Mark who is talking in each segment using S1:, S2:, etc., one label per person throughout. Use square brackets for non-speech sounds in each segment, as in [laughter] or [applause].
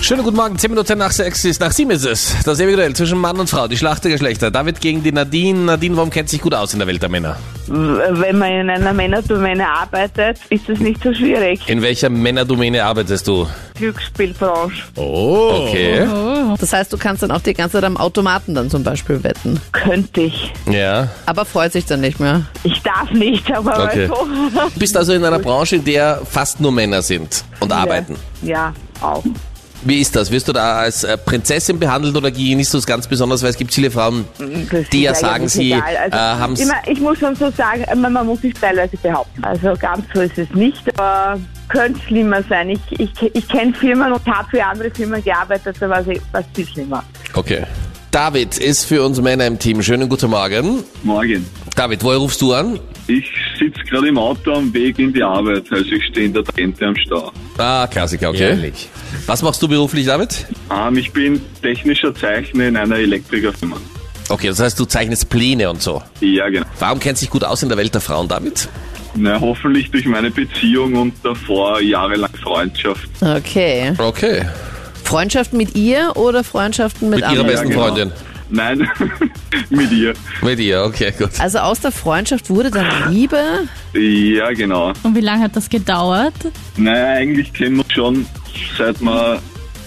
S1: Schönen guten Morgen, 10 Minuten nach 6 ist, nach 7 ist es. Das individuell zwischen Mann und Frau, die Schlacht der Geschlechter. David gegen die Nadine. Nadine, warum kennt sich gut aus in der Welt der Männer?
S2: Wenn man in einer Männerdomäne arbeitet, ist es nicht so schwierig.
S1: In welcher Männerdomäne arbeitest du?
S2: Glücksspielbranche
S1: Oh. Okay.
S3: Das heißt, du kannst dann auch die ganze Zeit am Automaten dann zum Beispiel wetten.
S2: könnte ich.
S1: Ja.
S3: Aber freut sich dann nicht mehr.
S2: Ich darf nicht, aber
S1: Okay.
S2: mal
S1: Du bist also in einer Branche, in der fast nur Männer sind und
S2: so.
S1: arbeiten.
S2: Ja, auch.
S1: Wie ist das? Wirst du da als äh, Prinzessin behandelt oder genießt du es ganz besonders? Weil es gibt viele Frauen,
S2: Das ist
S1: die ja
S2: eigentlich
S1: sagen, sie
S2: egal. Also,
S1: äh, haben es.
S2: immer, Ich muss schon so sagen, äh, man, man muss sich teilweise behaupten. Also ganz so ist es nicht, aber könnte schlimmer sein. Ich, ich, ich kenne Firmen und habe für andere Firmen gearbeitet, da war es was viel schlimmer. [laughs]
S1: Okay. David ist für uns Männer im Team. Schönen guten Morgen.
S4: Morgen.
S1: David, woher rufst du an?
S4: Ich sitze gerade im Auto am Weg in die Arbeit, also ich stehe in der Rente am Stau.
S1: Ah, Klassiker, okay. Was machst du beruflich, David?
S4: Ähm, ich bin technischer Zeichner in einer Elektrikerfirma.
S1: Okay, das heißt, du zeichnest Pläne und so.
S4: Ja, genau.
S1: Warum kennt sich gut aus in der Welt der Frauen, David?
S4: Na, hoffentlich durch meine Beziehung und davor jahrelang Freundschaft.
S3: Okay.
S1: Okay.
S3: Freundschaften mit ihr oder Freundschaften mit,
S1: Mit ihrer
S3: anderen?
S1: besten
S4: genau.
S1: Freundin.
S4: Nein, [laughs] mit ihr.
S1: Mit ihr, okay, gut.
S3: Also aus der Freundschaft wurde dann Liebe.
S4: Ja, genau.
S5: Und wie lange hat das gedauert?
S4: Naja, eigentlich kennen wir uns schon, seit wir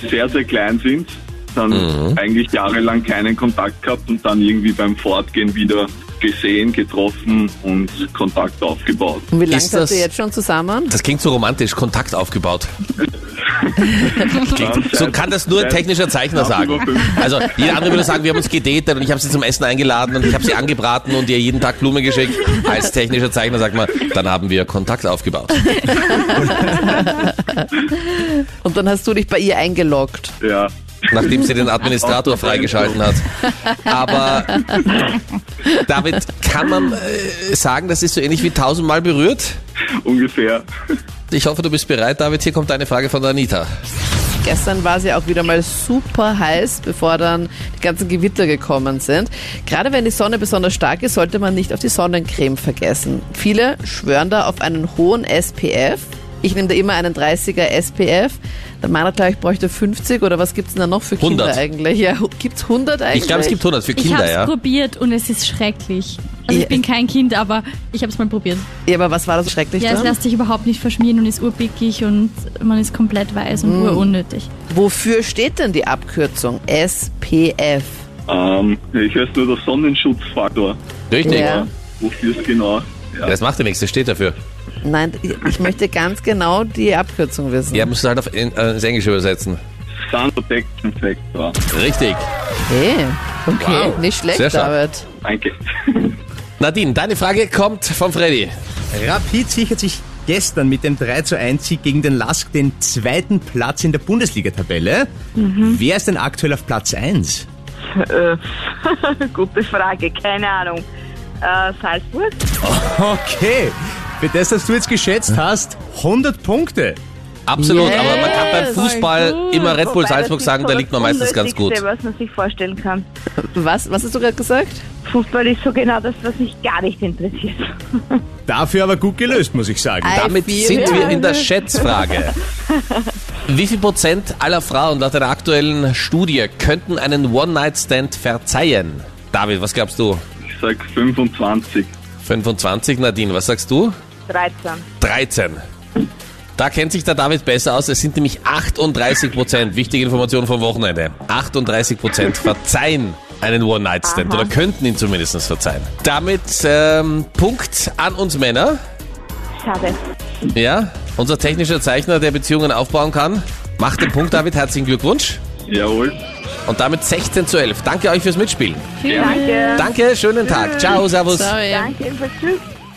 S4: sehr, sehr klein sind. Dann
S1: Mhm.
S4: eigentlich jahrelang keinen Kontakt gehabt und dann irgendwie beim Fortgehen wieder gesehen, getroffen und Kontakt aufgebaut.
S3: Und wie lange
S1: Ist
S3: seid
S1: das-
S3: ihr jetzt schon zusammen?
S1: Das klingt so romantisch, Kontakt aufgebaut.
S4: Dann
S1: So
S4: seit-
S1: kann das nur ein
S4: seit-
S1: technischer Zeichner
S4: knapp
S1: sagen.
S4: über
S1: [laughs]
S4: fünf-
S1: Also jeder andere würde sagen, wir haben uns gedatet und ich habe sie zum Essen eingeladen und ich habe sie angebraten und ihr jeden Tag Blumen geschickt. Als technischer Zeichner sagt man, dann haben wir Kontakt aufgebaut.
S3: Und dann hast du dich bei ihr eingeloggt.
S4: Ja.
S1: nachdem sie den Administrator freigeschalten hat. Aber David, kann man äh, sagen, das ist so ähnlich wie tausendmal berührt?
S4: Ungefähr.
S1: Ich hoffe, du bist bereit, David. Hier kommt eine Frage von Anita.
S3: Gestern war sie auch wieder mal super heiß, bevor dann die ganzen Gewitter gekommen sind. Gerade wenn die Sonne besonders stark ist, sollte man nicht auf die Sonnencreme vergessen. Viele schwören da auf einen hohen SPF. Ich nehme da immer einen 30er SPF. Der Mann hat gleich bräuchte 50 oder was gibt's denn da noch für Kinder
S1: 100.
S3: eigentlich? Ja, gibt's 100 eigentlich?
S1: Ich glaube, es gibt 100 für
S5: ich habe
S1: Kinder,
S5: es
S1: ja?
S5: probiert und es ist schrecklich. Also
S3: Ja.
S5: ich bin kein Kind, aber ich habe es mal probiert.
S3: Ja, aber was war das schrecklich
S5: Ja, es
S3: dran?
S5: lässt sich überhaupt nicht verschmieren und ist urpickig und man ist komplett weiß und urunnötig.
S3: Wofür steht denn die Abkürzung SPF?
S4: Ähm, ich weiß nur der Sonnenschutzfaktor.
S1: Richtig.
S3: Ja.
S4: Wofür es genau? Ja.
S1: Das macht ja nichts, das steht dafür.
S3: Nein, ich möchte ganz genau die Abkürzung wissen.
S1: Ja, musst du halt auf in, äh, ins Englische übersetzen.
S4: Sun Protection Factor.
S1: Richtig.
S3: Hey, okay,
S1: Wow.
S3: nicht schlecht,
S1: Sehr stark.
S3: David.
S4: Danke. [laughs]
S1: Nadine, deine Frage kommt von Freddy.
S6: Rapid sichert sich gestern mit dem 3 zu 1 Sieg gegen den Lask den zweiten Platz in der Bundesliga-Tabelle. Wer ist denn aktuell auf Platz 1?
S2: Äh, gute Frage, keine Ahnung. Äh, Salzburg?
S6: Okay, für das, dass du jetzt geschätzt hast, 100 Punkte.
S1: Absolut,
S3: Yes.
S1: aber man kann beim Fußball immer Red Bull
S2: Wobei, das
S1: Salzburg
S2: ist
S1: sagen,
S2: so
S1: da
S2: das
S1: liegt man meistens ganz gut.
S2: Unnötigste, was man sich vorstellen kann.
S3: Was, was hast du gerade gesagt?
S2: Fußball ist so genau das, was mich gar nicht interessiert. [laughs]
S6: Dafür aber gut gelöst, muss ich sagen.
S3: Ei.
S1: Damit
S3: Vier
S1: sind wir
S3: Jahre.
S1: in der Schätzfrage. Wie viel Prozent aller Frauen laut einer aktuellen Studie könnten einen One-Night-Stand verzeihen? David, was glaubst du?
S4: Ich sag 25.
S1: 25, Nadine, was sagst du?
S2: 13.
S1: 13. Da kennt sich der David besser aus. Es sind nämlich 38 Prozent. Wichtige Information vom Wochenende. 38 Prozent verzeihen einen One-Night-Stand oder könnten ihn zumindest verzeihen. Damit ähm, Punkt an uns Männer.
S2: Schade.
S1: Ja, unser technischer Zeichner, der Beziehungen aufbauen kann, macht den Punkt, David. Herzlichen Glückwunsch.
S4: Jawohl.
S1: Und damit 16 zu 11. Danke euch fürs Mitspielen.
S2: Danke.
S1: Danke, schönen Tag. Ciao, servus.
S3: Sorry.
S2: Danke, tschüss.